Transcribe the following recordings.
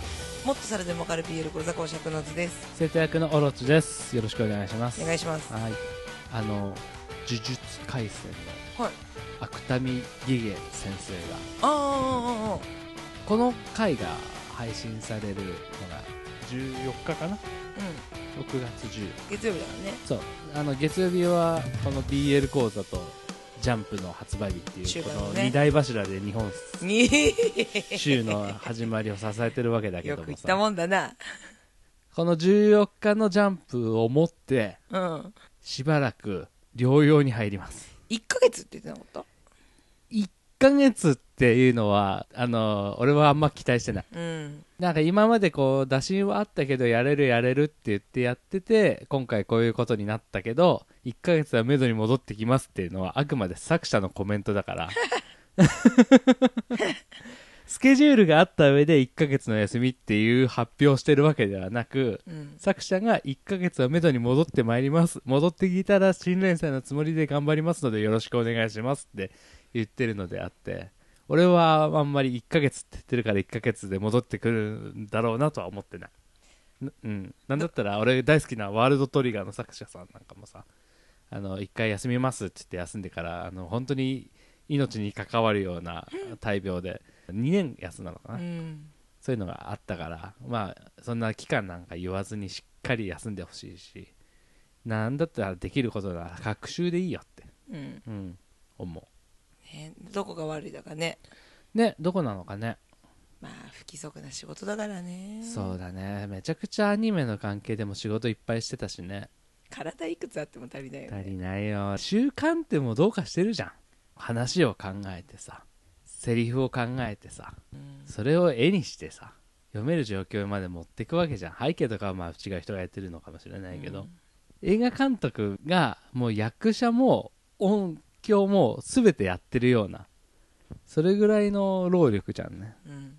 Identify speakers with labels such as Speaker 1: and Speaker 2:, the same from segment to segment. Speaker 1: フサルでもわかる BL 講座講釈の図です
Speaker 2: 生徒役のオロチですよろしくお願いします
Speaker 1: お願いします
Speaker 2: はいあの呪術廻戦
Speaker 1: はい
Speaker 2: の芥見義芸先生が
Speaker 1: ああ
Speaker 2: この回が配信されるのが14日かな
Speaker 1: うん
Speaker 2: 6月10
Speaker 1: 月曜日だからね
Speaker 2: そうあの月曜日はこの BL 講座とジャンプの発売日ってい
Speaker 1: 週
Speaker 2: うこ
Speaker 1: 刊
Speaker 2: の
Speaker 1: ね
Speaker 2: 二大柱で日本
Speaker 1: に
Speaker 2: 週の始まりを支えてるわけだけ
Speaker 1: よ
Speaker 2: ど
Speaker 1: く
Speaker 2: も
Speaker 1: 言っ
Speaker 2: さ
Speaker 1: たもんだな
Speaker 2: この14日のジャンプを持って
Speaker 1: うん
Speaker 2: しばらく療養に入ります
Speaker 1: 1ヶ月って言ってなかった
Speaker 2: 1ヶ月っていうのはあの俺はあんま期待してない
Speaker 1: うん
Speaker 2: なんか今までこう打診はあったけどやれるやれるって言ってやってて今回こういうことになったけど1ヶ月は目処に戻ってきますっていうのはあくまで作者のコメントだからスケジュールがあった上で1ヶ月の休みっていう発表をしてるわけではなく
Speaker 1: うん
Speaker 2: 作者が1ヶ月は目処に戻ってまいります戻ってきたら新連載のつもりで頑張りますのでよろしくお願いしますって言ってるのであって俺はあんまり1ヶ月って言ってるから1ヶ月で戻ってくるんだろうなとは思ってないなうんなんだったら俺大好きなワールドトリガーの作者さんなんかもさあの1回休みますって言って休んでからあの本当に命に関わるような大病で2年休んだのかな、
Speaker 1: うん
Speaker 2: そういうのがあったからまあそんな期間なんか言わずにしっかり休んでほしいしなんだったらできることなら学習でいいよって、
Speaker 1: うん
Speaker 2: うん、思
Speaker 1: ねどこが悪いだかね
Speaker 2: うねどこなのかね、
Speaker 1: まあ不規則な仕事だからね
Speaker 2: そうだねめちゃくちゃアニメの関係でも仕事いっぱいしてたしね
Speaker 1: 体いくつあっても足りないよね
Speaker 2: 足りないよ習慣ってもうどうかしてるじゃん話を考えてさセリフを考えてさ
Speaker 1: うん
Speaker 2: それを絵にしてさ読める状況まで持っていくわけじゃん背景とかはまあ違う人がやってるのかもしれないけど、映画監督がもう役者も音響も全てやってるようなそれぐらいの労力じゃんね
Speaker 1: うん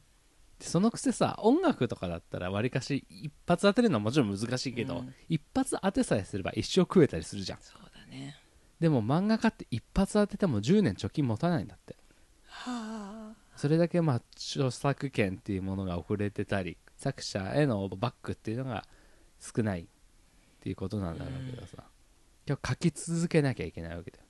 Speaker 2: でそのくせさ音楽とかだったらわりかし一発当てるのはもちろん難しいけど、
Speaker 1: うん
Speaker 2: 一発当てさえすれば一生食えたりするじゃん
Speaker 1: そうだね
Speaker 2: でも漫画家って一発当てても10年貯金持たないんだって
Speaker 1: はあ
Speaker 2: それだけまあ著作権っていうものが遅れてたり作者へのバックっていうのが少ないっていうことなんだろうけどさ、今日書き続けなきゃいけないわけだよ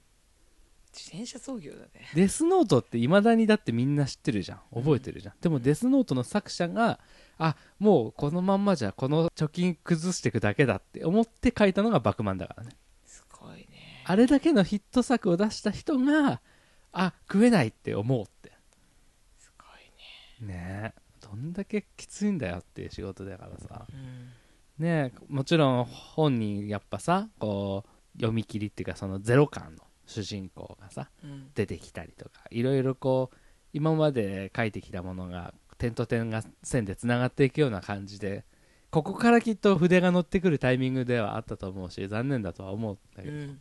Speaker 1: 自転車操業だね
Speaker 2: デスノートっていまだにだってみんな知ってるじゃん覚えてるじゃん、でもデスノートの作者があもうこのまんまじゃこの貯金崩していくだけだって思って書いたのがバクマンだからね
Speaker 1: すごいね
Speaker 2: あれだけのヒット作を出した人があ食えないって思うって
Speaker 1: すご
Speaker 2: ねえどんだけきついんだよっていう仕事だからさ
Speaker 1: いね
Speaker 2: ねえもちろん本人やっぱさこう読み切りっていうかそのゼロ感の主人公がさ
Speaker 1: うんうん
Speaker 2: 出てきたりとかいろいろこう今まで書いてきたものが点と点が線でつながっていくような感じでここからきっと筆が乗ってくるタイミングではあったと思うし残念だとは思うんだけ
Speaker 1: う
Speaker 2: ど、
Speaker 1: ん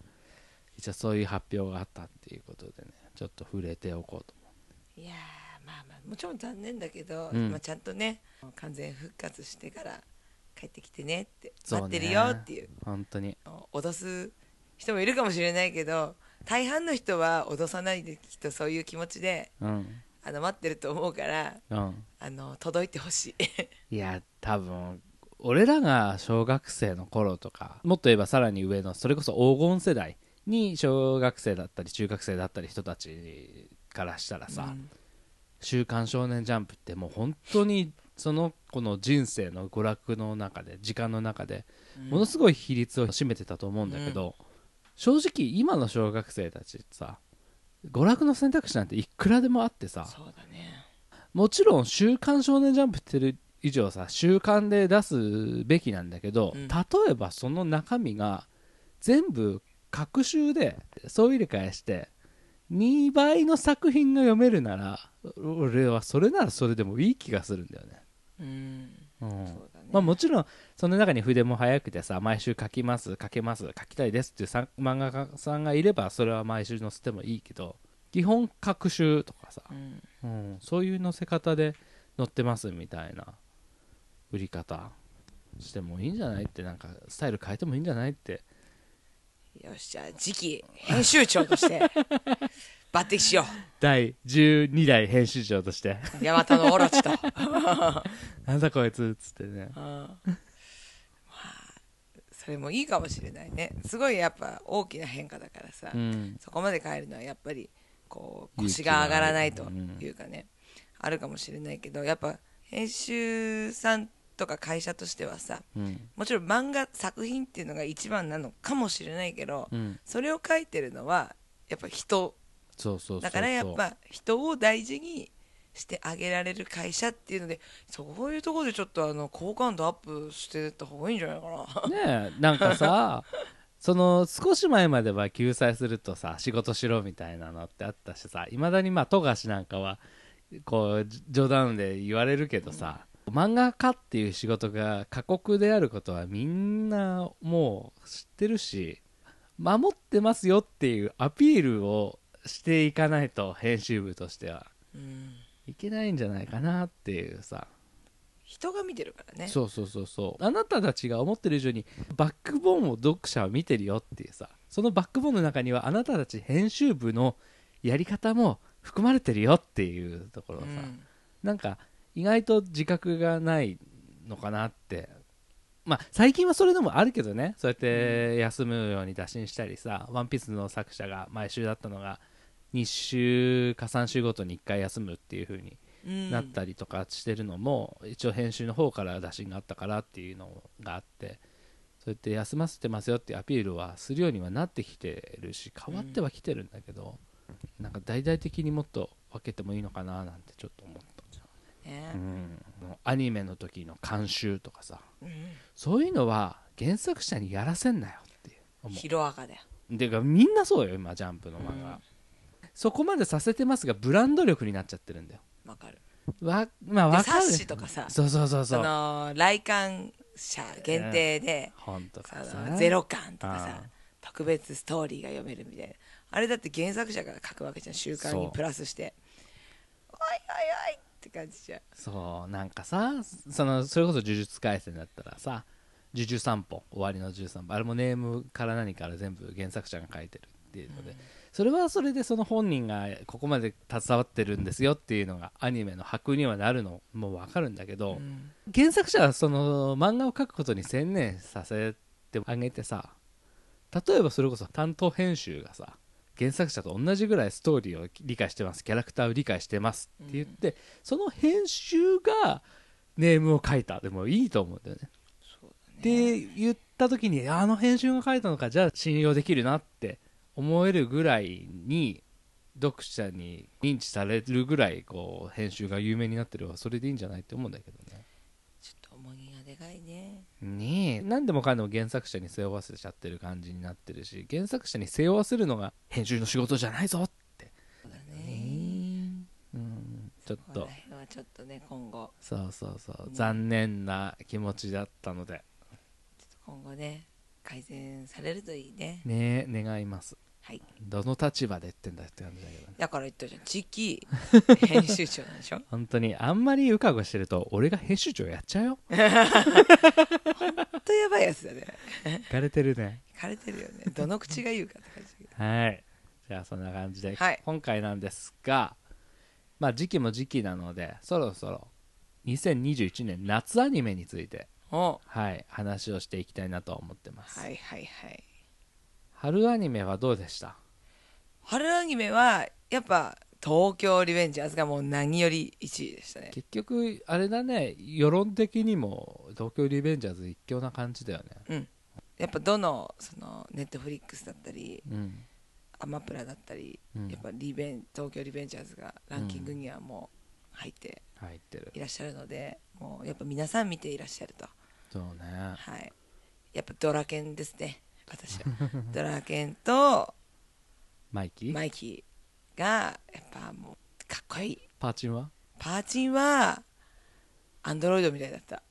Speaker 2: 一応そういう発表があったっていうことでねちょっと触れておこうと思
Speaker 1: いやーまあまあもちろん残念だけど、
Speaker 2: うん
Speaker 1: まあちゃんとね完全復活してから帰ってきてねって
Speaker 2: そうね
Speaker 1: 待ってるよっていう
Speaker 2: う本当に
Speaker 1: 脅す人もいるかもしれないけど大半の人は脅さないできっとそういう気持ちで
Speaker 2: うん
Speaker 1: あの待ってると思うから
Speaker 2: うん
Speaker 1: あの届いてほしい
Speaker 2: いや多分俺らが小学生の頃とかもっと言えばさらに上のそれこそ黄金世代に小学生だったり中学生だったり人たちからしたら さ
Speaker 1: う
Speaker 2: 「
Speaker 1: ん
Speaker 2: 週刊少年ジャンプ」ってもう本当にその子の人生の娯楽の中で時間の中でものすごい比率を占めてたと思うんだけど、正直今の小学生たちってさ娯楽の選択肢なんていくらでもあってさ
Speaker 1: そうだね
Speaker 2: もちろん「週刊少年ジャンプ」ってる以上さ週刊で出すべきなんだけど、
Speaker 1: うん
Speaker 2: 例えばその中身が全部隔週で総入れ替えして2倍の作品が読めるなら俺はそれならそれでもいい気がするんだよね。
Speaker 1: うん
Speaker 2: うん
Speaker 1: そうだね
Speaker 2: まあ、もちろんその中に筆も早くてさ毎週書きます書けます書きたいですっていうさ漫画家さんがいればそれは毎週載せてもいいけど基本各週とかさ、
Speaker 1: うん
Speaker 2: うん、そういう載せ方で載ってますみたいな売り方してもいいんじゃないってなんかスタイル変えてもいいんじゃないって
Speaker 1: よしじゃあ次期編集長として抜擢しよ
Speaker 2: 第12代編集長として、
Speaker 1: う。ヤマタのオロチと。
Speaker 2: なんだこいつっつってね。
Speaker 1: うんまあ、それもいいかもしれないね。すごいやっぱ大きな変化だからさ。
Speaker 2: うん。
Speaker 1: そこまで変えるのはやっぱりこう
Speaker 2: 勇
Speaker 1: 腰
Speaker 2: 気が
Speaker 1: が上がらないと
Speaker 2: うん
Speaker 1: いうかね、あるかもしれないけどやっぱ編集さんとか会社としてはさ
Speaker 2: うん。
Speaker 1: もちろん漫画作品っていうのが一番なのかもしれないけど、
Speaker 2: うん。
Speaker 1: それを書いてるのはやっぱ人
Speaker 2: そうそうそうそう。
Speaker 1: だからやっぱ人を大事にしてあげられる会社っていうのでそういうところでちょっとあの好感度アップしてった方がいいんじゃないか な
Speaker 2: ねえなんかさその少し前までは救済するとさ仕事しろみたいなのってあったしさいまだにまあ富樫なんかはこうじ冗談で言われるけどさ、漫画家っていう仕事が過酷であることはみんなもう知ってるし守ってますよっていうアピールをしていかないと編集部としては
Speaker 1: うん
Speaker 2: いけないんじゃないかなっていうさ
Speaker 1: 人が見てるからね
Speaker 2: そうそうそうそうあなたたちが思ってる以上にバックボーンを読者は見てるよっていうさそのバックボーンの中にはあなたたち編集部のやり方も含まれてるよっていうところを
Speaker 1: う
Speaker 2: さ、
Speaker 1: ん
Speaker 2: なんか意外と自覚がないのかなってまあ最近はそれでもあるけどねそうやって休むように打診したりさ「ワンピースの作者が毎週だったのが2週か3週ごとに1回休むっていう風に
Speaker 1: うん
Speaker 2: なったりとかしてるのも、一応編集の方から打診があったからっていうのがあってそうやって休ませてますよっていうアピールはするようにはなってきてるし変わってはきてるんだけど、なんか大々的にもっと分けてもいいのかななんてちょっと思った、
Speaker 1: ね
Speaker 2: うん、もうアニメの時の監修とかさ
Speaker 1: うん
Speaker 2: そういうのは原作者にやらせんなよっていう思う
Speaker 1: ヒロアカだよ
Speaker 2: てかみんなそうよ今ジャンプの漫画、
Speaker 1: うん
Speaker 2: そこまでさせてますがブランド力になっちゃってるんだよ
Speaker 1: わかる
Speaker 2: わまあ
Speaker 1: で
Speaker 2: わかる
Speaker 1: 冊子とかさ
Speaker 2: そうそうそう
Speaker 1: そ
Speaker 2: そう
Speaker 1: の来館者限定で、
Speaker 2: 本とか
Speaker 1: そ
Speaker 2: さ
Speaker 1: のゼロ感とか
Speaker 2: あ
Speaker 1: さ
Speaker 2: あ
Speaker 1: 特別ストーリーが読めるみたいなあれだって原作者が書くわけじゃん習慣
Speaker 2: そ
Speaker 1: に
Speaker 2: う
Speaker 1: プラスして「おいおいおい!」って感じじゃん
Speaker 2: そうなんかさそのそれこそ「呪術廻戦」だったらさ「呪術散歩」終わりの呪術散歩あれもネームから何から全部原作者が書いてるっていうので、それはそれでその本人がここまで携わってるんですよっていうのがアニメの箔にはなるのもわかるんだけど、
Speaker 1: うん
Speaker 2: 原作者はその漫画を書くことに専念させてあげてさ例えばそれこそ担当編集がさ原作者と同じぐらいストーリーを理解してますキャラクターを理解してますって言って、その編集がネームを書いたでもいいと思うんだよね。
Speaker 1: そうだね
Speaker 2: って言った時にあの編集が書いたのかじゃあ信用できるなって思えるぐらいに読者に認知されるぐらいこう編集が有名になってればそれでいいんじゃないって思うんだけどね。
Speaker 1: ちょっと重荷がでかいね
Speaker 2: ねえ何でもかんでも原作者に背負わせちゃってる感じになってるし原作者に背負わせるのが編集の仕事じゃないぞって
Speaker 1: そうだ
Speaker 2: ね
Speaker 1: ね
Speaker 2: うんちょっ
Speaker 1: ことの辺はちょっとね今後
Speaker 2: そうそうそう残念な気持ちだったので
Speaker 1: ちょっと今後ね改善されるといいね
Speaker 2: ねえ願います
Speaker 1: はい
Speaker 2: どの立場で言ってんだって感じだけどね
Speaker 1: だから言ったじゃん地域編集長なんでしょ
Speaker 2: 本当にあんまりうかうかしてると俺が編集長やっちゃうよ
Speaker 1: ほんとやばいやつだね
Speaker 2: 疲れてる ね
Speaker 1: いかれてるよねどの口が言うかって感じだけど
Speaker 2: はいじゃあそんな感じで、
Speaker 1: はい
Speaker 2: 今回なんですがまあ時期も時期なのでそろそろ2021年夏アニメについて
Speaker 1: お
Speaker 2: はい話をしていきたいなと思ってます、
Speaker 1: はいはいはい
Speaker 2: 春アニメはどうでした
Speaker 1: 春アニメはやっぱ「東京リベンジャーズ」がもう何より1位でしたね
Speaker 2: 結局あれだね世論的にも東京リベンジャーズ一強な感じだよね
Speaker 1: うんやっぱどのそのネットフリックスだったり
Speaker 2: うん
Speaker 1: アマプラだったり、
Speaker 2: うん
Speaker 1: やっぱリベン東京リベンジャーズがランキングにはもう入って
Speaker 2: 入ってる
Speaker 1: いらっしゃるので、もうやっぱ皆さん見ていらっしゃると
Speaker 2: そうね
Speaker 1: はいやっぱドラケンですね私はドラケンと
Speaker 2: マイキー
Speaker 1: マイキーがやっぱもうかっこいい
Speaker 2: パーチンは
Speaker 1: パーチンはアンドロイドみたいだった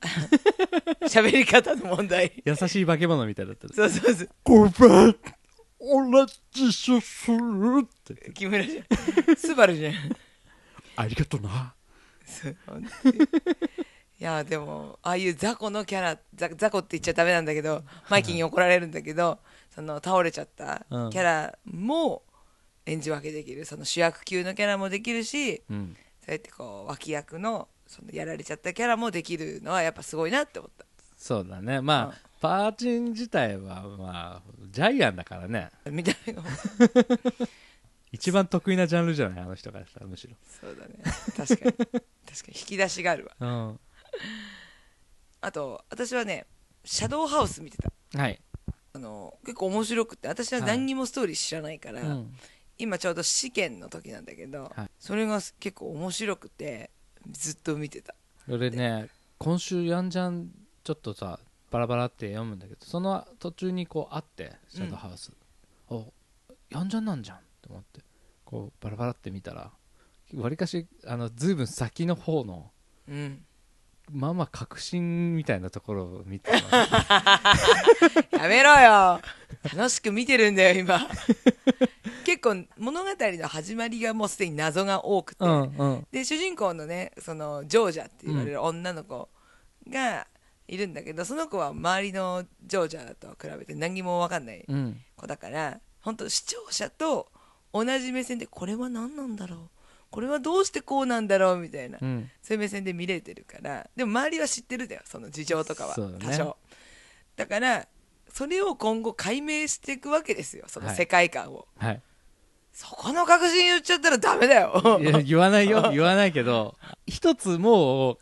Speaker 1: 喋り方の問題
Speaker 2: 優しい化け物みたいだったね
Speaker 1: そうそうそう
Speaker 2: ごめん俺自首するって
Speaker 1: 木村じゃんスバルじゃん
Speaker 2: ありがとな
Speaker 1: そう本当にいやでもああいう雑魚のキャラ雑雑魚って言っちゃダメなんだけどマイキーに怒られるんだけどその倒れちゃったキ
Speaker 2: うん
Speaker 1: ャラも演じ分けできるその主役級のキャラもできるし
Speaker 2: うん
Speaker 1: そうやってこう脇役のそのやられちゃったキャラもできるのはやっぱすごいなって思った
Speaker 2: そうだねまあ、
Speaker 1: うん
Speaker 2: パーチン自体はまあジャイアンだからね
Speaker 1: みたいな
Speaker 2: 一番得意なジャンルじゃないあの人からしたらむしろ
Speaker 1: そうだね確かに確かに引き出しがあるわ
Speaker 2: うん
Speaker 1: あと私はねシャドウハウス見てた
Speaker 2: はい、
Speaker 1: あの結構面白くて私は何にもストーリー知らないから、
Speaker 2: うん
Speaker 1: 今ちょうど試験の時なんだけど、
Speaker 2: はい
Speaker 1: それが結構面白くてずっと見てた
Speaker 2: 俺ね今週やんじゃんちょっとさバラバラって読むんだけどその途中にこうあってシャドウハウス、おやんじゃんなんじゃんって思ってこうバラバラって見たらわりかしあのずいぶん先の方の
Speaker 1: うん
Speaker 2: まあまあ革新みたいなところを見て
Speaker 1: やめろよ楽しく見てるんだよ今結構物語の始まりがもうすでに謎が多くて、
Speaker 2: たうんうん
Speaker 1: で主人公のねそのジョージャって言われる女の子がいるんだけど、その子は周りのジョージャと比べて何にも分かんない
Speaker 2: うん
Speaker 1: 子だから本当視聴者と同じ目線でこれは何なんだろうこれはどうしてこうなんだろうみたいな、
Speaker 2: うん
Speaker 1: そういう目線で見れてるからでも周りは知ってるだよその事情とかは
Speaker 2: そうだね
Speaker 1: 多少だ,、からそれを今後解明していくわけですよその世界観を、
Speaker 2: はい
Speaker 1: そこの確信言っちゃったらダメだよ
Speaker 2: い や言わないよ 言わないけど一つもう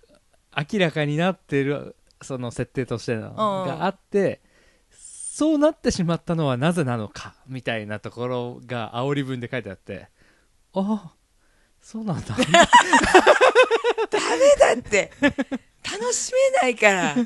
Speaker 2: 明らかになってるその設定としてのがあってそうなってしまったのはなぜなのかみたいなところが煽り文で書いてあってああそうなんだ
Speaker 1: ダメだって楽しめない から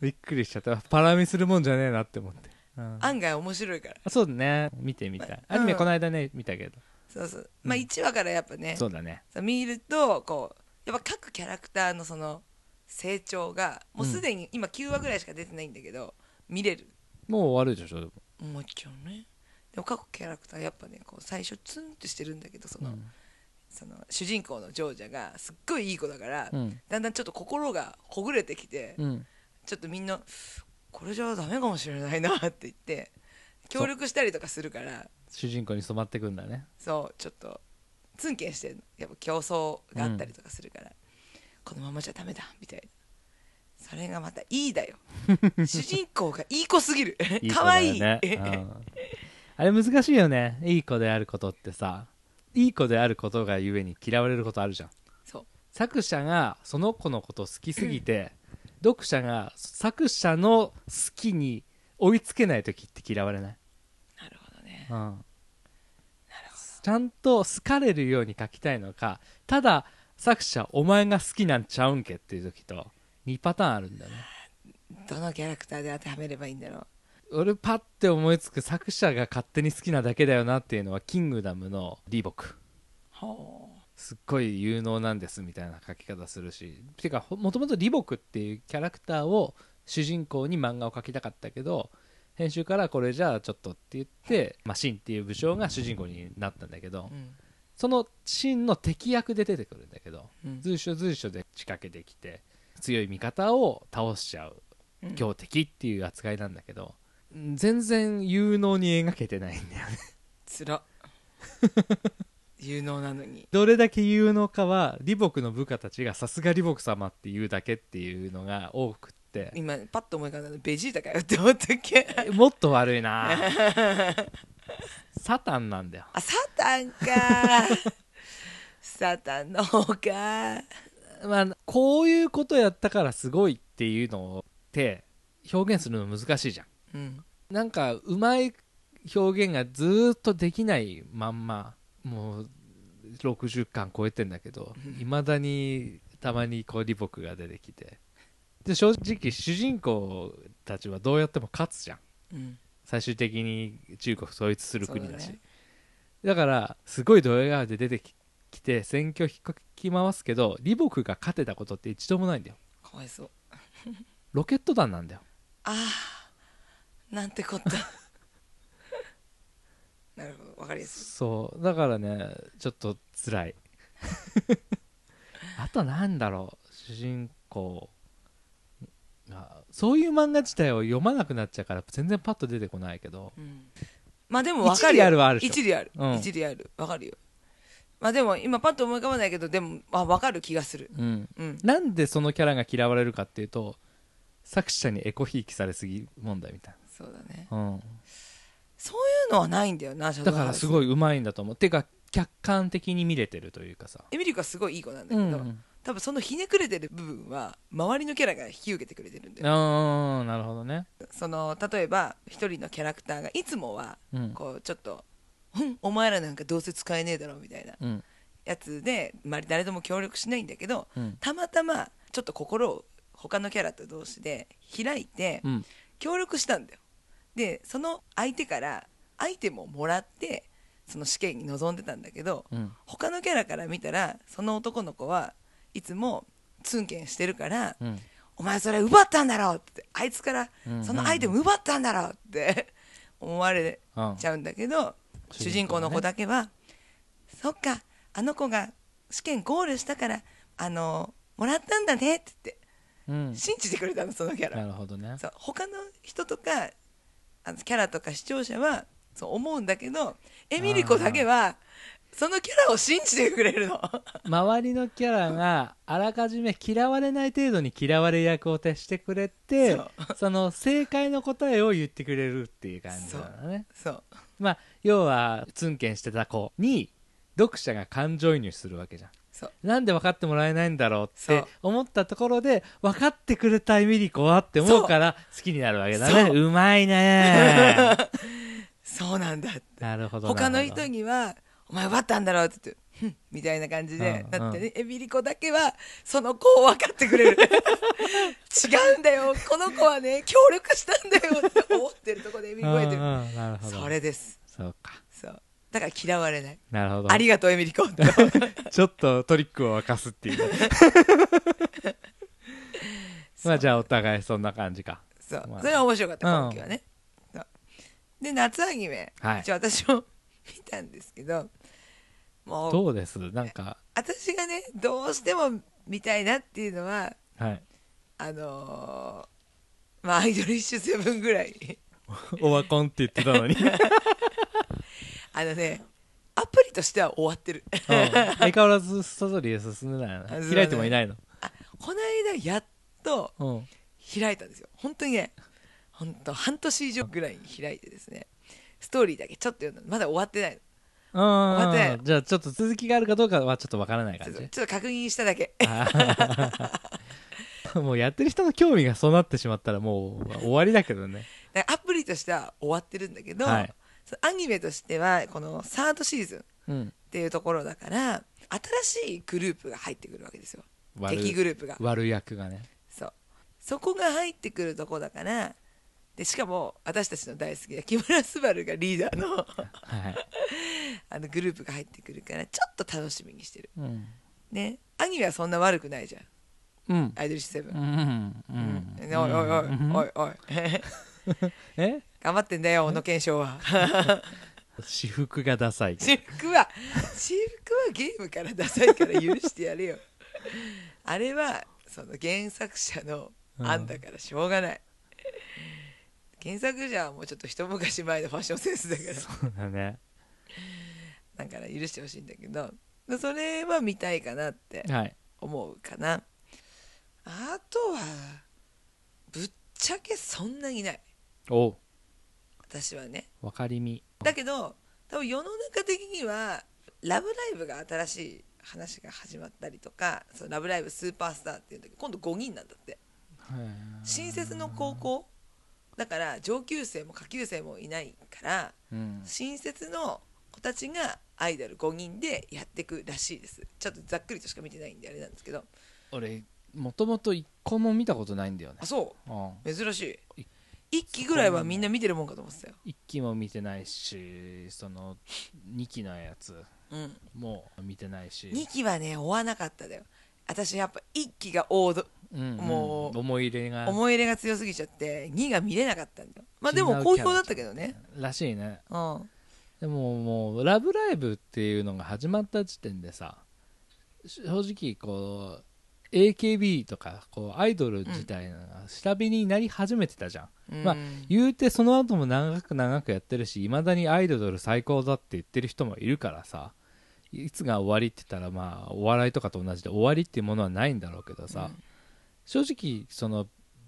Speaker 2: びっくりしちゃったパラ見するもんじゃねえなって思って、うん
Speaker 1: 案外面白いから
Speaker 2: あそうだね見てみたいアニメこの間ね見たけど
Speaker 1: そうそうまあ1話からやっぱね、
Speaker 2: そうだね
Speaker 1: そう見るとこうやっぱ各キャラクターのその成長がもうすでに今9話ぐらいしか出てないんだけど、見れる
Speaker 2: もう終わるでしょでも
Speaker 1: もちろんねでも各キャラクターやっぱねこう最初ツンってしてるんだけどその,、その主人公のジョージャがすっごいいい子だから、
Speaker 2: うん
Speaker 1: だんだんちょっと心がほぐれてきて、
Speaker 2: うん
Speaker 1: ちょっとみんなこれじゃダメかもしれないなって言って協力したりとかするから
Speaker 2: 主人公に染まってくんだね
Speaker 1: そうちょっとツンケンしてんのやっぱ競争があったりとかするから、このままじゃダメだみたいなそれがまたいいだよ 主人公がいい子すぎる
Speaker 2: いい子
Speaker 1: か
Speaker 2: だ
Speaker 1: わ
Speaker 2: よ
Speaker 1: いい
Speaker 2: ねうんあれ難しいよねいい子であることってさいい子であることがゆえに嫌われることあるじゃん
Speaker 1: そう
Speaker 2: 作者がその子のこと好きすぎて読者が作者の好きに追いつけない時って嫌われない、
Speaker 1: なるほどね
Speaker 2: うん、ちゃんと好かれるように書きたいのかただ作者お前が好きなんちゃうんけっていう時と2パターンあるんだよね
Speaker 1: どのキャラクターで当てはめればいいんだろう
Speaker 2: 俺パッて思いつく作者が勝手に好きなだけだよなっていうのは「キングダム」のリーボク
Speaker 1: ほう
Speaker 2: すっごい有能なんですみたいな書き方するしてかほもともとリボクっていうキャラクターを主人公に漫画を描きたかったけど編集からこれじゃあちょっとって言って、まあ、シンっていう武将が主人公になったんだけど
Speaker 1: うん
Speaker 2: そのシンの敵役で出てくるんだけど
Speaker 1: うん
Speaker 2: 随所随所で仕掛けてきて強い味方を倒しちゃう
Speaker 1: うん
Speaker 2: 強敵っていう扱いなんだけど、全然有能に描けてないんだよね
Speaker 1: つら 有能なのに
Speaker 2: どれだけ有能かは李牧の部下たちがさすが李牧様っていうだけっていうのが多くって
Speaker 1: 今パッと思い浮かんだのベジータかよって思ったっ け
Speaker 2: もっと悪い なサタンなんだよ
Speaker 1: あサタン かサタンの方か
Speaker 2: まあこういうことやったからすごいっていうのって表現するの難しいじゃん
Speaker 1: うん
Speaker 2: なんかうまい表現がずーっとできないまんまもう60巻超えてんだけどいまだにたまにこう李牧が出てきてで正直主人公たちはどうやっても勝つじゃん
Speaker 1: うん
Speaker 2: 最終的に中国統一する国だし
Speaker 1: そう
Speaker 2: だ,、
Speaker 1: だね
Speaker 2: からすごいドヤ顔で出てききて選挙引っかき回すけど李牧が勝てたことって一度もないんだよ
Speaker 1: かわいそう
Speaker 2: ロケット弾なんだよ
Speaker 1: ああなんて こったなるほどわかりやすい
Speaker 2: そうだからねちょっと辛い あとなんだろう主人公がそういう漫画自体を読まなくなっちゃうから全然パッと出てこないけど
Speaker 1: うんまあでも分かるよ
Speaker 2: 一理あるはあるでしょ
Speaker 1: 一理ある、
Speaker 2: うん
Speaker 1: 一理ある分かるよまあでも今パッと思い浮かばないけどでもあ分かる気がする
Speaker 2: うん、
Speaker 1: うん
Speaker 2: なんでそのキャラが嫌われるかっていうと作者にエコひいきされすぎ問題みたい
Speaker 1: そうだね
Speaker 2: な、うん、
Speaker 1: そういうのはないんだよなシャド
Speaker 2: だ
Speaker 1: ウ
Speaker 2: か
Speaker 1: ハ
Speaker 2: ら
Speaker 1: ウス
Speaker 2: すごい上手いんだと思うてか客観的に見れてるというかさ、
Speaker 1: エミリコはすごいいい子なんだけ
Speaker 2: う
Speaker 1: ど、
Speaker 2: ん、うん
Speaker 1: 多分そのひねくれてる部分は周りのキャラが引き受けてくれてるんだよ
Speaker 2: あーなるほどね、
Speaker 1: その例えば一人のキャラクターがいつもは
Speaker 2: うん
Speaker 1: こうちょっと「うんお前らなんかどうせ使えねえだろ」みたいな
Speaker 2: うん
Speaker 1: やつで周り誰とも協力しないんだけど
Speaker 2: うん
Speaker 1: たまたまちょっと心を他のキャラと同士で開いて
Speaker 2: うん、
Speaker 1: 協力したんだよでその相手からアイテムをもらってその試験に臨んでたんだけど
Speaker 2: うん
Speaker 1: 他のキャラから見たらその男の子はいつもツンケンしてるから
Speaker 2: うん
Speaker 1: 「お前それ奪ったんだろ!」ってあいつから
Speaker 2: うんうんうん
Speaker 1: そのアイテム奪ったんだろって思われ
Speaker 2: うん
Speaker 1: ちゃうんだけど主人公の子だけは「そっかあの子が試験ゴールしたからあのもらったんだね」って言って
Speaker 2: うん
Speaker 1: 信じてくれたのそのキャラ
Speaker 2: な。るほどね
Speaker 1: そう他の人とかあのキャラとか視聴者はそう思うんだけどエミリコだけはそのキャラを信じてくれるの
Speaker 2: 周りのキャラがあらかじめ嫌われない程度に嫌われ役を徹してくれて
Speaker 1: そう
Speaker 2: その正解の答えを言ってくれるっていう感じだね
Speaker 1: そう
Speaker 2: まあ要はツンケンしてた子に読者が感情移入するわけじゃん
Speaker 1: そう
Speaker 2: なんで分かってもらえないんだろうっ
Speaker 1: そ
Speaker 2: て
Speaker 1: う
Speaker 2: 思ったところで分かってくれたエミリコはって思うから好きになるわけだね
Speaker 1: そう
Speaker 2: うまい ね
Speaker 1: そうなんだって
Speaker 2: なるほど
Speaker 1: 他の
Speaker 2: なるほど
Speaker 1: 人には「お前奪ったんだろ」って言って「ふん」みたいな感じで、
Speaker 2: うん
Speaker 1: だってねエミリコだけはその子を分かってくれる違うんだよこの子はね協力したんだよって思ってるところでエミリコがいて
Speaker 2: う
Speaker 1: る
Speaker 2: んうんなるほど
Speaker 1: それです
Speaker 2: そうか
Speaker 1: そうだから嫌われない
Speaker 2: なるほど
Speaker 1: ありがとうエミリコ って
Speaker 2: ちょっとトリックを沸かすっていう ねまあじゃあお互いそんな感じか
Speaker 1: そう、
Speaker 2: まあ
Speaker 1: それは面白かった、
Speaker 2: うん
Speaker 1: 今期はね。そうで、夏アニメ、
Speaker 2: はい
Speaker 1: 一応私も見たんですけど、もう、
Speaker 2: どうですなんか
Speaker 1: 私がね、どうしても見たいなっていうのは、
Speaker 2: はい
Speaker 1: あのーまあ、アイドルッシュセブンぐらい。
Speaker 2: オワコンって言ってたのに、 う ん
Speaker 1: あのね、アプリとしては終わってる。
Speaker 2: 相変わらずストーリー進んでないよ
Speaker 1: そうだ
Speaker 2: ね
Speaker 1: ね
Speaker 2: 開いてもいないの
Speaker 1: あ、 この間やっと
Speaker 2: うん
Speaker 1: 開いたんですよ。本当にね、本当半年以上ぐらいに開いてですね、ストーリーだけちょっと読んだのまだ終わってないの。
Speaker 2: うん
Speaker 1: 待って
Speaker 2: じゃあちょっと続きがあるかどうかはちょっとわからない
Speaker 1: ちょ
Speaker 2: 感
Speaker 1: っと
Speaker 2: じ
Speaker 1: ちょっと確認しただけ。
Speaker 2: もうやってる人の興味がそうなってしまったらもう終わりだけどね
Speaker 1: だ からアプリとしては終わってるんだけど、
Speaker 2: はい
Speaker 1: そのアニメとしてはこのサードシーズンっ
Speaker 2: うん
Speaker 1: ていうところだから新しいグループが入ってくるわけですよ
Speaker 2: 悪
Speaker 1: 敵グループが
Speaker 2: 悪役がね
Speaker 1: そうそこが入ってくるとこだからでしかも私たちの大好きな木村昴がリーダー の
Speaker 2: はい、
Speaker 1: あのグループが入ってくるからちょっと楽しみにしてる
Speaker 2: うん
Speaker 1: ねアニメはそんな悪くないじゃん
Speaker 2: うん
Speaker 1: アイドルシセブ
Speaker 2: う
Speaker 1: ン、
Speaker 2: んう
Speaker 1: うん
Speaker 2: ん、
Speaker 1: おいおいおいおい おい
Speaker 2: え
Speaker 1: 頑張ってんだよ小野賢章は
Speaker 2: 私服がダサい
Speaker 1: 私服は私服はゲームからダサいから許してやれよあれはその原作者の案だからしょうがない、原作者はもうちょっと一昔前のファッションセンスだか
Speaker 2: そうだ ね
Speaker 1: らだから許してほしいんだけどそれは見たいかなって
Speaker 2: はい
Speaker 1: 思うかなあとはぶっちゃけそんなにない
Speaker 2: おう
Speaker 1: 私はね
Speaker 2: 分かりみ
Speaker 1: だけど多分世の中的には「ラブライブ!」が新しい話が始まったりとか「そのラブライブスーパースター」っていうんだけど今度5人なんだって新設の高校だから上級生も下級生もいないから
Speaker 2: うん
Speaker 1: 新設の子たちがアイドル5人でやってくらしいですちょっとざっくりとしか見てないんであれなんですけど
Speaker 2: 俺もともと一個も見たことないんだよね
Speaker 1: あそ
Speaker 2: うん
Speaker 1: う珍しい1期ぐらいはみんな見てるもんかと思ってたよ
Speaker 2: 一期も見てないしその二期のやつ
Speaker 1: うん
Speaker 2: も見てないし
Speaker 1: 2期はね追わなかっただよ私やっぱ1期が王道
Speaker 2: うん
Speaker 1: もう
Speaker 2: 思い入れが
Speaker 1: 思い入れが強すぎちゃって2が見れなかったんだよまあでも好評だったけどね
Speaker 2: らしいね
Speaker 1: うん
Speaker 2: でももう「ラブライブ!」っていうのが始まった時点でさ正直こう AKB とかこうアイドル自体が下火になり始めてたじゃん、
Speaker 1: うん
Speaker 2: まあ言うてその後も長く長くやってるしいまだにアイドル最高だって言ってる人もいるからさいつが終わりって言ったらまあお笑いとかと同じで終わりっていうものはないんだろうけどさ、正直その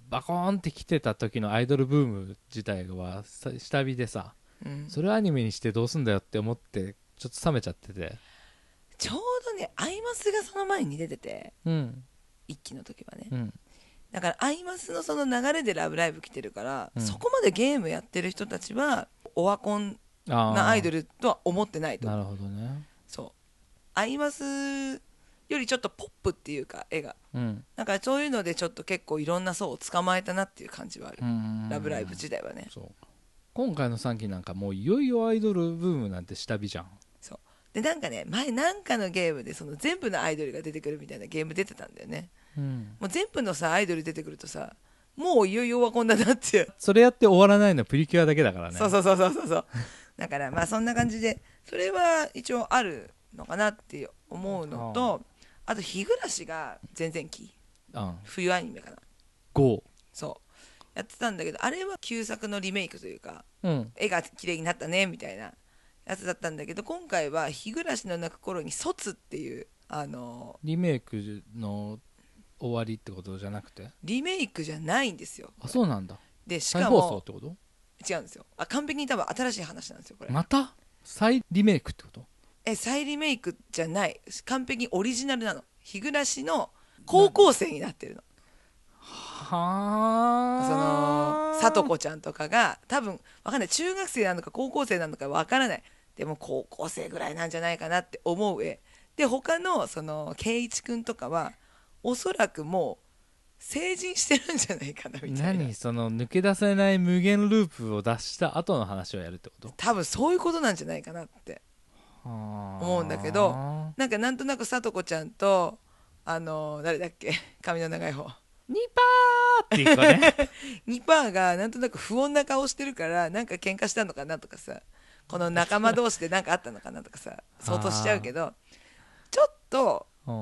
Speaker 2: バコーンって来てた時のアイドルブーム自体はさ下火でさ
Speaker 1: うん
Speaker 2: それをアニメにしてどうすんだよって思ってちょっと冷めちゃってて
Speaker 1: ちょうどねアイマスがその前に出てて
Speaker 2: うん
Speaker 1: 一期の時はね、
Speaker 2: うん
Speaker 1: だからアイマスのその流れで「ラブライブ!」来てるから、
Speaker 2: うん
Speaker 1: そこまでゲームやってる人たちはオワコン
Speaker 2: あ
Speaker 1: なアイド
Speaker 2: ル
Speaker 1: ルとは思ってないと
Speaker 2: なるほどね
Speaker 1: そうアイマスよりちょっとポップっていうか絵が
Speaker 2: うん
Speaker 1: なんかそういうのでちょっと結構いろんな層を捕まえたなっていう感じはある
Speaker 2: う、ん
Speaker 1: ラブライブ自体はね
Speaker 2: そう今回の3期なんかもういよいよアイドルブームなんて下火じゃん
Speaker 1: そうでなんかね前なんかのゲームでその全部のアイドルが出てくるみたいなゲーム出てたんだよね
Speaker 2: うん
Speaker 1: もう全部のさアイドル出てくるとさもういよいよオワコンだなっていう
Speaker 2: それやって終わらないのはプリキュアだけだからね
Speaker 1: そうそうそうそうそうそうだからまあそんな感じでそれは一応あるのかなって思うのとあと日暮らしが前々期
Speaker 2: うん
Speaker 1: 冬アニメかな
Speaker 2: 5
Speaker 1: そうやってたんだけどあれは旧作のリメイクというか
Speaker 2: うん
Speaker 1: 絵が綺麗になったねみたいなやつだったんだけど今回は日暮らしの泣く頃に「卒」っていうあの
Speaker 2: リメイクの終わりってことじゃなくて
Speaker 1: リメイクじゃないんですよ
Speaker 2: あそうなんだ
Speaker 1: でし
Speaker 2: 再
Speaker 1: か
Speaker 2: 放送っ
Speaker 1: も
Speaker 2: てこと
Speaker 1: 違うんですよあ完璧に多分新しい話なんですよこれ、
Speaker 2: また再リメイクってこと
Speaker 1: え再リメイクじゃない完璧にオリジナルなの日暮らしの高校生になってるのそ
Speaker 2: は
Speaker 1: の聡子ちゃんとかが多分わかんない中学生なのか高校生なのかわからないでも高校生ぐらいなんじゃないかなって思う絵で他のその圭一君とかはおそらくもう成人してるんじゃないかなみたいな
Speaker 2: 何その抜け出せない無限ループを出した後の話をやるってこと
Speaker 1: 多分そういうことなんじゃないかなって
Speaker 2: 思
Speaker 1: 思うんだけどなんかなんとなく聡子ちゃんとあの誰だっけ 髪の長い方
Speaker 2: ニパーっていうかね
Speaker 1: ニパーがなんとなく不穏な顔してるからなんか喧嘩したのかなとかさこの仲間同士でなんかあったのかなとかさ想像しちゃうけどちょっと
Speaker 2: うん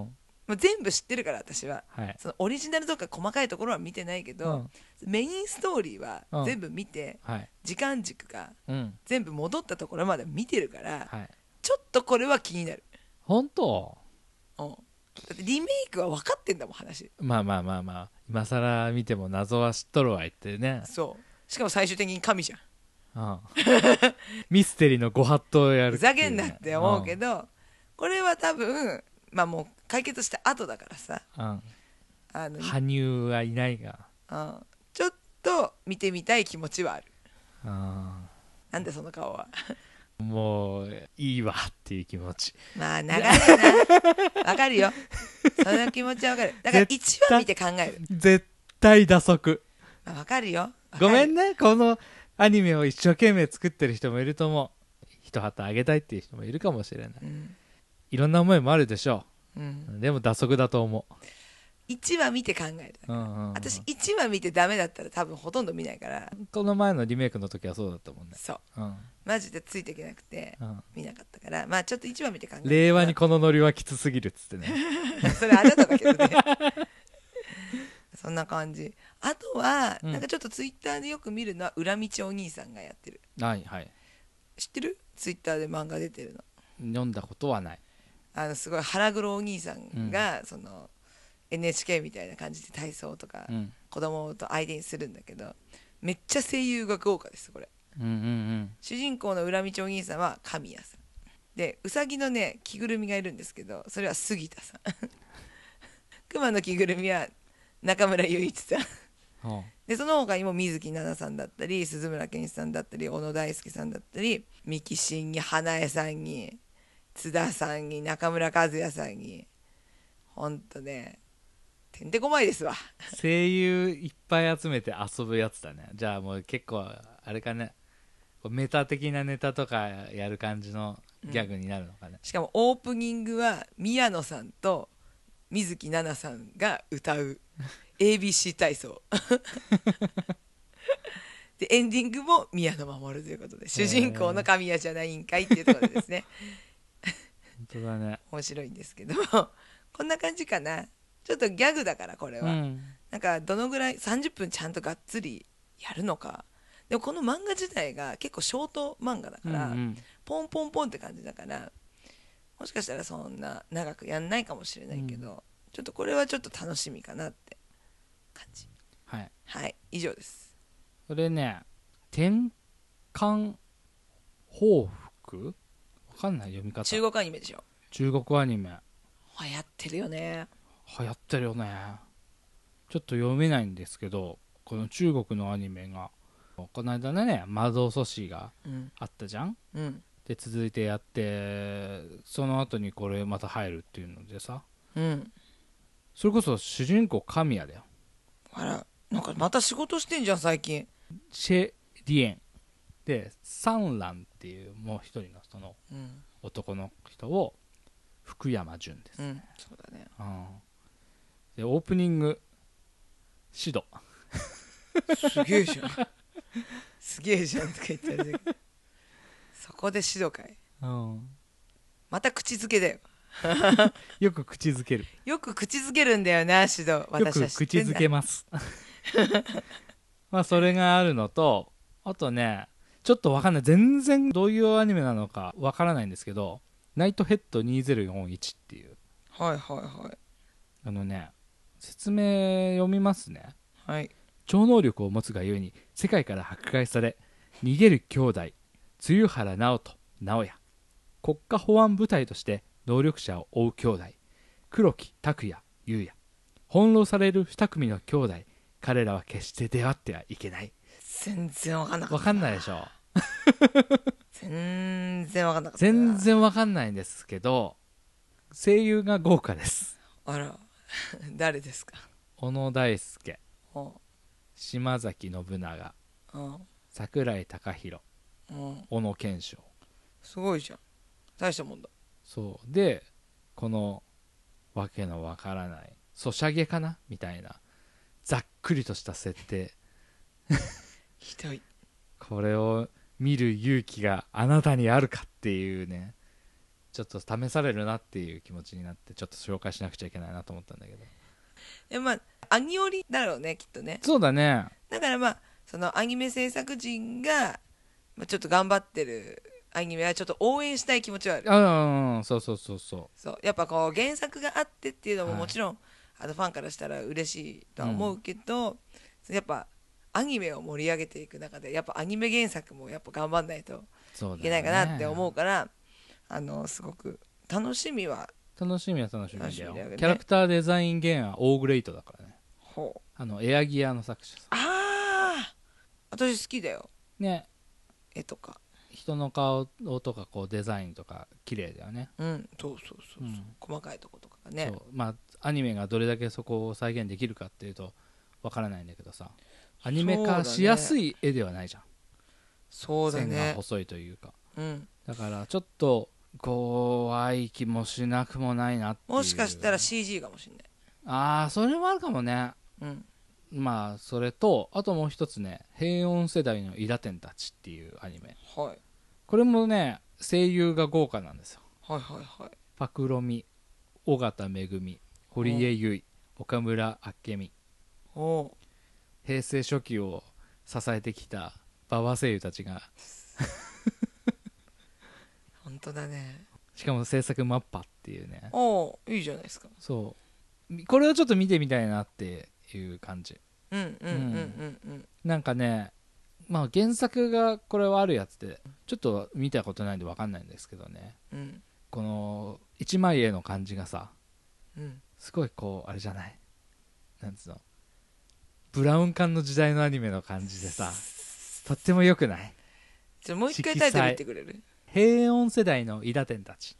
Speaker 1: もう全部知ってるから私は
Speaker 2: はい
Speaker 1: そのオリジナルとか細かいところは見てないけど、メインストーリーは
Speaker 2: うん
Speaker 1: 全部見て、
Speaker 2: はい
Speaker 1: 時間軸が
Speaker 2: うん
Speaker 1: 全部戻ったところまで見てるから
Speaker 2: はい
Speaker 1: ちょっとこれは気になる、
Speaker 2: 本当
Speaker 1: うん、だってリメイクは分かってんだもん話
Speaker 2: まあまあまあまあ今更見ても謎は知っとるわいっ てね、
Speaker 1: そうしかも最終的に神じゃん
Speaker 2: うんミステリーのご法度をやる
Speaker 1: ふ
Speaker 2: てい
Speaker 1: ざ
Speaker 2: うね
Speaker 1: けんなって思うけど、これは多分まあもう解決した後だからさ
Speaker 2: うんうん
Speaker 1: あの、
Speaker 2: 羽生はいないが
Speaker 1: うんちょっと見てみたい気持ちはある
Speaker 2: うん
Speaker 1: なんでその顔 は
Speaker 2: もういいわっていう気持ち
Speaker 1: まあ長いなわかるよその気持ちはわかるだから
Speaker 2: 絶
Speaker 1: 1話見て考える
Speaker 2: 絶対打足
Speaker 1: まあわかるよわかる
Speaker 2: ごめんねこのアニメを一生懸命作ってる人もいると思う一旗あげたいっていう人もいるかもしれない
Speaker 1: うん、
Speaker 2: いろんな思いもあるでしょ
Speaker 1: うん、
Speaker 2: うでも打足だと思
Speaker 1: 1話見て考える
Speaker 2: う,、うんうんうん
Speaker 1: 私1話見てダメだったら多分ほとんど見ないから
Speaker 2: この前のリメイクの時はそうだったもんね、
Speaker 1: そう
Speaker 2: うん
Speaker 1: マジでついていけなくて
Speaker 2: うん、
Speaker 1: 見なかったからまあちょっと1話見て考える
Speaker 2: 令和にこのノリはきつすぎるっつってね
Speaker 1: それあなただけど ねそんな感じあとは、
Speaker 2: うん
Speaker 1: なんかちょっとツイッターでよく見るのは裏道お兄さんがやってる
Speaker 2: はいはい
Speaker 1: 知ってるツイッターで漫画出てるの
Speaker 2: 読んだことはない
Speaker 1: あのすごい腹黒お兄さんが、その NHK みたいな感じで体操とか、
Speaker 2: うん
Speaker 1: 子供と相手にするんだけどめっちゃ声優が豪華ですこれ
Speaker 2: うんうん
Speaker 1: 主人公の裏道お兄さんは神谷さんでうさぎのね着ぐるみがいるんですけどそれは杉田さん 熊の着ぐるみは中村雄一さん
Speaker 2: うんは
Speaker 1: でその他にも水木奈々さんだったり鈴村健一さんだったり小野大輔さんだったり三木真に花江さんに津田さんに中村和也さんにほんとねてんてこまいですわ
Speaker 2: あ声優いっぱい集めて遊ぶやつだねじゃあもう結構あれかねこうメタ的なネタとかやる感じのギャグになるのかね、
Speaker 1: しかもオープニングは宮野さんと水木奈々さんが歌う ABC 体操でエンディングも宮野真守ということで主人公の神谷じゃないんかいっていうところでですね
Speaker 2: 本当だね
Speaker 1: 面白いんですけどこんな感じかなちょっとギャグだからこれ
Speaker 2: う
Speaker 1: は、
Speaker 2: ん
Speaker 1: なんかどのぐらい30分ちゃんとがっつりやるのかでもこの漫画自体が結構ショート漫画だ
Speaker 2: う
Speaker 1: か
Speaker 2: んう
Speaker 1: ら、
Speaker 2: ん
Speaker 1: ポンポンポンって感じだからもしかしたらそんな長くやんないかもしれないけど、ちょっとこれはちょっと楽しみかなって感じ
Speaker 2: はい
Speaker 1: はい以上です
Speaker 2: それね転換報復わかんない読み方
Speaker 1: 中国アニメでしょ
Speaker 2: 中国アニメ
Speaker 1: 流行ってるよね
Speaker 2: 流行ってるよねちょっと読めないんですけどこの中国のアニメがこの間ね「魔道祖師」が
Speaker 1: うん
Speaker 2: あったじゃん
Speaker 1: うん
Speaker 2: で続いてやってその後にこれまた入るっていうのでさ
Speaker 1: うん
Speaker 2: それこそ主人公神谷だよ
Speaker 1: あらなんかまた仕事してんじゃん最近
Speaker 2: シェ・ディエンでサンランっていうもう一人のその
Speaker 1: うん
Speaker 2: 男の人を福山潤です、
Speaker 1: うんそうだね
Speaker 2: うんでオープニングシド
Speaker 1: すげえじゃんすげえじゃんとか言ってあれだけどそこで指導会また口づけだよ
Speaker 2: よく口づける
Speaker 1: よく口づけるんだよな指導
Speaker 2: よく
Speaker 1: 私は知っ
Speaker 2: 口
Speaker 1: てんだ
Speaker 2: づけます まあそれがあるのとあとねちょっとわかんない全然どういうアニメなのかわからないんですけど「ナイトヘッド2041」っていう
Speaker 1: はいはいはい
Speaker 2: あのね説明読みますね
Speaker 1: はい
Speaker 2: 超能力を持つがゆえに世界から迫害され逃げる兄弟露原直人直哉国家保安部隊として能力者を追う兄弟黒木拓也優也翻弄される2組の兄弟彼らは決して出会ってはいけない
Speaker 1: 全然わかんなか
Speaker 2: わ
Speaker 1: った
Speaker 2: かんないでしょ
Speaker 1: 全然わかんなかったな
Speaker 2: 全然わかんないんですけど声優が豪華です
Speaker 1: あら 誰ですか
Speaker 2: 小野大輔
Speaker 1: うん
Speaker 2: 島崎信長
Speaker 1: うん
Speaker 2: 桜井孝宏
Speaker 1: うん
Speaker 2: 小野賢章
Speaker 1: すごいじゃん大したもんだ
Speaker 2: そうでこのわけのわからないソシャゲかなみたいなざっくりとした設定
Speaker 1: ひどい
Speaker 2: これを見る勇気があなたにあるかっていうねちょっと試されるなっていう気持ちになってちょっと紹介しなくちゃいけないなと思ったんだけど
Speaker 1: えまあアニオリだろうねきっとね
Speaker 2: そうだね
Speaker 1: だからまあそのアニメ制作陣が、まあ、ちょっと頑張ってるアニメはちょっと応援したい気持ちはある
Speaker 2: あうんうんそうそうそうそ
Speaker 1: そうやっぱこう原作があってっていうのも
Speaker 2: はい
Speaker 1: もちろん、あのファンからしたら嬉しいとは思うけど、やっぱアニメを盛り上げていく中でやっぱアニメ原作もやっぱ頑張んないと
Speaker 2: うそう
Speaker 1: い
Speaker 2: だ、ね、
Speaker 1: けないかなって思うから、あのすごく楽しみは
Speaker 2: 楽しみは楽しみだ
Speaker 1: 楽しみ
Speaker 2: よ
Speaker 1: だよね
Speaker 2: キャラクターデザインゲームはオーグレイトだからね
Speaker 1: ほう
Speaker 2: あのエアギアの作者さ
Speaker 1: ああ私好きだよ
Speaker 2: んね
Speaker 1: 絵とか
Speaker 2: 人の顔とかこうデザインとか綺麗だよね
Speaker 1: うんそうそうそうそう、
Speaker 2: うん
Speaker 1: 細かいとことかがね
Speaker 2: そうまあアニメがどれだけそこを再現できるかっていうとわからないんだけどさアニメ化しやすい絵ではないじゃん、
Speaker 1: そうだ
Speaker 2: 線が
Speaker 1: ね
Speaker 2: 細いというか
Speaker 1: うん
Speaker 2: だからちょっと怖い気もしなくもないなっていう
Speaker 1: もしかしたら CG かもしれない
Speaker 2: ああそれもあるかもね
Speaker 1: うん
Speaker 2: まあそれとあともう一つね「平穏世代のイラテンたち」っていうアニメ
Speaker 1: はい
Speaker 2: これもね声優が豪華なんですよ
Speaker 1: はいはいはい
Speaker 2: パクロミ尾形めぐみ堀江由衣岡村明美
Speaker 1: おお
Speaker 2: 平成初期を支えてきた馬場声優たちが
Speaker 1: 本当だね
Speaker 2: しかも制作マッパっていうね
Speaker 1: おおいいじゃないですか
Speaker 2: そうみこれをちょっと見てみたいなっていう感じ
Speaker 1: うんうんうんうんうん
Speaker 2: なんかねまあ原作がこれはあるやつでちょっと見たことないんで分かんないんですけどね
Speaker 1: うん
Speaker 2: この一枚絵の感じがさ
Speaker 1: うん
Speaker 2: すごいこうあれじゃないなんつうのブラウン管の時代のアニメの感じでさとっても良くない
Speaker 1: じゃあもう一回
Speaker 2: 色
Speaker 1: タイ
Speaker 2: 彩
Speaker 1: トル言ってくれる
Speaker 2: 平穏世代のイダテンたち、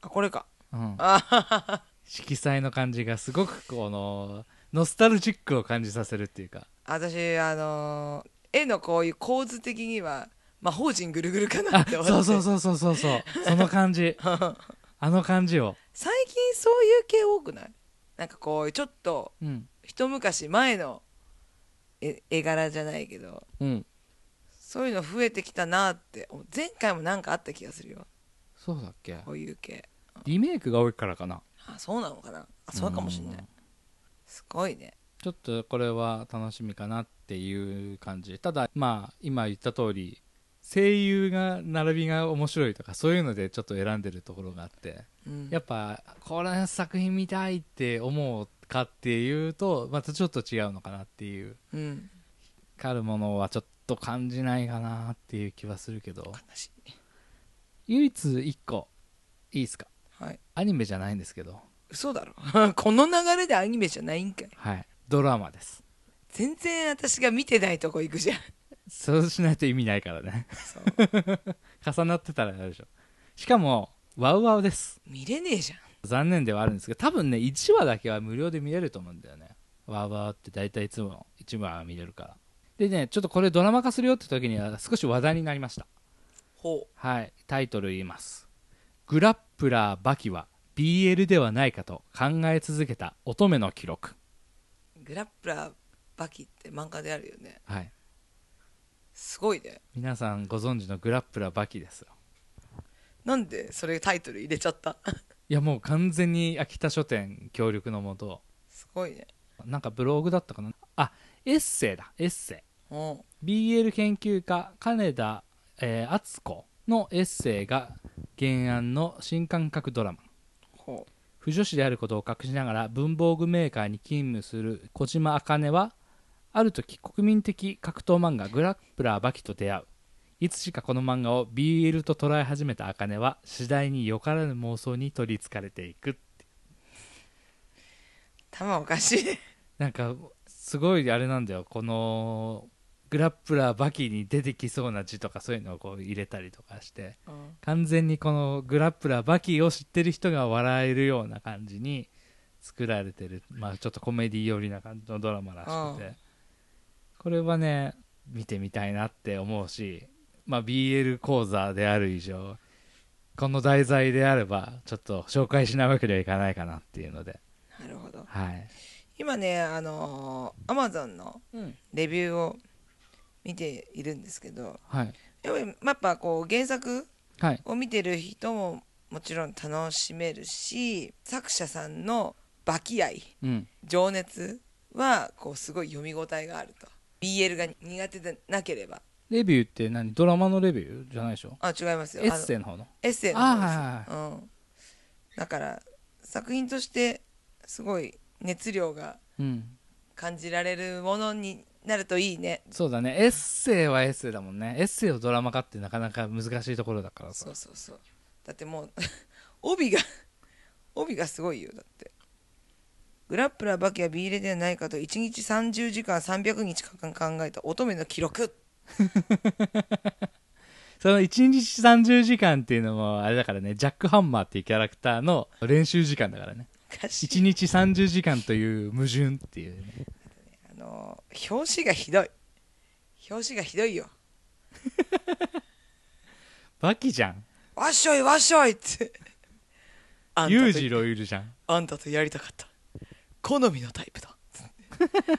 Speaker 1: あこれか
Speaker 2: うん、
Speaker 1: あははは
Speaker 2: 色彩の感じがすごくこのノスタルジックを感じさせるっていうか
Speaker 1: 私あのー絵のこういう構図的には魔法陣ぐるぐるかな
Speaker 2: あ
Speaker 1: って思って
Speaker 2: そうそうそうそうそうそうその感じあの感じを、
Speaker 1: 最近そういう系多くないなんかこうちょっと
Speaker 2: うん
Speaker 1: 一昔前の絵絵柄じゃないけど
Speaker 2: うん、
Speaker 1: そういうの増えてきたなって思う前回もなんかあった気がするよ
Speaker 2: そうだっけ
Speaker 1: こういう系
Speaker 2: リメイクが多いからかな
Speaker 1: あそうなのかなあそうかもしんないすごいね
Speaker 2: ちょっとこれは楽しみかなっていう感じただまあ今言った通り声優が並びが面白いとかそういうのでちょっと選んでるところがあって
Speaker 1: うん
Speaker 2: やっぱこの作品見たいって思うかっていうとまたちょっと違うのかなっていう
Speaker 1: うん
Speaker 2: 光るものはちょっと感じないかなっていう気はするけど
Speaker 1: 悲しい
Speaker 2: 唯一一個いいですか
Speaker 1: はい
Speaker 2: アニメじゃないんですけど
Speaker 1: 嘘だろ この流れでアニメじゃないんかい
Speaker 2: はいドラマです
Speaker 1: 全然私が見てないとこ行くじゃん
Speaker 2: そうしないと意味ないからね
Speaker 1: そう
Speaker 2: 重なってたらあるでしょしかもワウワウです
Speaker 1: 見れねえじゃん
Speaker 2: 残念ではあるんですけど多分ね1話だけは無料で見れると思うんだよねワウワウって大体いつも1話は見れるからでねちょっとこれドラマ化するよって時には少し話題になりました
Speaker 1: ほ
Speaker 2: はいタイトル言いますグラップラーバキは BL ではないかと考え続けた乙女の記録
Speaker 1: うグラップラーバキって漫画であるよね
Speaker 2: はい
Speaker 1: すごいね
Speaker 2: 皆さんご存知のグラップラーバキですよ
Speaker 1: なんでそれタイトル入れちゃった
Speaker 2: いやもう完全に秋田書店協力のもと
Speaker 1: すごいね
Speaker 2: なんかブログだったかなあエッセイだエッセ
Speaker 1: うん
Speaker 2: イ BL 研究家金田、えー敦子のエッセイが原案の新感覚ドラマ
Speaker 1: ほう
Speaker 2: 不女子であることを隠しながら文房具メーカーに勤務する小島茜はある時国民的格闘漫画グラップラーバキと出会ういつしかこの漫画を BL と捉え始めた茜は次第によからぬ妄想に取りつかれていく
Speaker 1: 頭おかしいね
Speaker 2: なんかすごいあれなんだよこのグラップラーバキに出てきそうな字とかそういうのをこう入れたりとかして
Speaker 1: うん
Speaker 2: 完全にこのグラップラーバキを知ってる人が笑えるような感じに作られてる、まあ、ちょっとコメディ寄りな感じのドラマらしく
Speaker 1: う
Speaker 2: てこれはね見てみたいなって思うし、まあ、BL 講座である以上この題材であればちょっと紹介しないわけにはいかないかなっていうので
Speaker 1: なるほど
Speaker 2: はい、
Speaker 1: 今ねあのアマゾンのレビューを見ているんですけど
Speaker 2: はい
Speaker 1: やっぱりやっぱこう原作
Speaker 2: はい
Speaker 1: を見てる人ももちろん楽しめるし作者さんのバキ愛
Speaker 2: うん
Speaker 1: 情熱はこうすごい読み応えがあると BL が苦手でなければ
Speaker 2: レビューって何ドラマのレビューじゃないでしょ
Speaker 1: あ違いますよ
Speaker 2: エッセ
Speaker 1: イ
Speaker 2: イの方の
Speaker 1: エッセイの
Speaker 2: あ
Speaker 1: 方です、うん、だから作品としてすごい熱量が
Speaker 2: うん
Speaker 1: 感じられるものになるといいね
Speaker 2: そうだねエッセイはエッセイだもんねエッセイをドラマ化ってなかなか難しいところだから
Speaker 1: そ
Speaker 2: さ
Speaker 1: うそうそうだってもう 帯が 帯がすごいよだってグラップラーバキは B 入れではないかと1日30時間300日間考えた乙女の記録
Speaker 2: その1日30時間っていうのもあれだからねジャック・ハンマーっていうキャラクターの練習時間だからね
Speaker 1: おかしい
Speaker 2: 1日30時間という矛盾っていう、ね、
Speaker 1: あのー表紙がひどい表紙がひどいよ
Speaker 2: バキじゃん
Speaker 1: わっしょいわっしょいってあんたと
Speaker 2: 裕次郎いるじゃん
Speaker 1: あんたとやりたかった好みのタイプ だ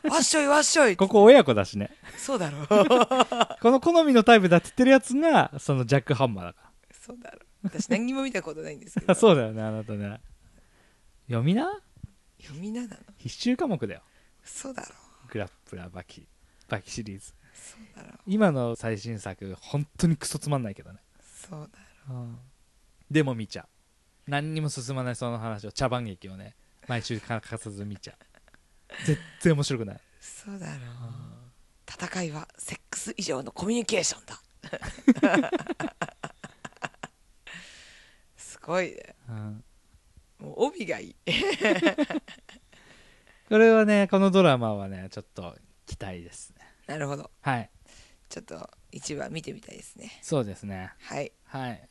Speaker 1: わっしょいわっしょい
Speaker 2: ここ親子だしね
Speaker 1: そうだ ろ
Speaker 2: この好みのタイプだって言ってるやつがそのジャック・ハンマーだから
Speaker 1: そうだろ私何にも見たことないんですけど
Speaker 2: あ そうだよねあなたね読みな
Speaker 1: 読みななの
Speaker 2: 必修科目だよ
Speaker 1: そうだろ
Speaker 2: グラップラーバキバキシリーズ
Speaker 1: そうだろ
Speaker 2: 今の最新作本当にクソつまんないけどね、
Speaker 1: そうだ
Speaker 2: でも見ちゃう何にも進まないその話を茶番劇をね毎週欠かさず見ちゃう絶対面白くない
Speaker 1: そうだろ戦いはセックス以上のコミュニケーションだ すごいね
Speaker 2: うん
Speaker 1: もう帯がいい
Speaker 2: これはねこのドラマはねちょっと期待ですね
Speaker 1: なるほど
Speaker 2: はい
Speaker 1: ちょっと一話見てみたいですね
Speaker 2: そうですね
Speaker 1: はい
Speaker 2: はい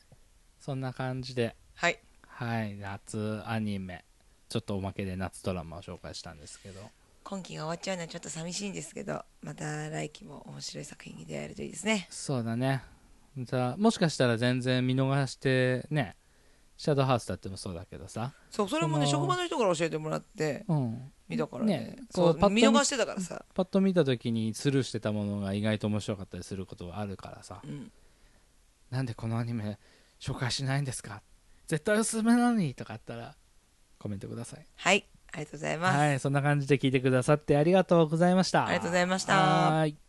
Speaker 2: そんな感じで
Speaker 1: はい
Speaker 2: はい夏アニメちょっとおまけで夏ドラマを紹介したんですけど
Speaker 1: 今期が終わっちゃうのはちょっと寂しいんですけどまた来期も面白い作品に出会えるといいですね
Speaker 2: そうだねじゃあもしかしたら全然見逃してねシャドウハウスだってもそうだけどさ
Speaker 1: そうそれもね
Speaker 2: その
Speaker 1: 職場の人から教えてもらって
Speaker 2: うん
Speaker 1: 見たからね
Speaker 2: ね
Speaker 1: そ
Speaker 2: こう
Speaker 1: う
Speaker 2: パッと
Speaker 1: 見逃してたからさ、
Speaker 2: パッと見た時にスルーしてたものが意外と面白かったりすることがあるからさ
Speaker 1: うん、
Speaker 2: なんでこのアニメ紹介しないんですか絶対おすすめなのにとかあったらコメントください
Speaker 1: はいありがとうございます。
Speaker 2: はい、そんな感じで聞いてくださってありがとうございました。
Speaker 1: ありがとうございました
Speaker 2: はーい。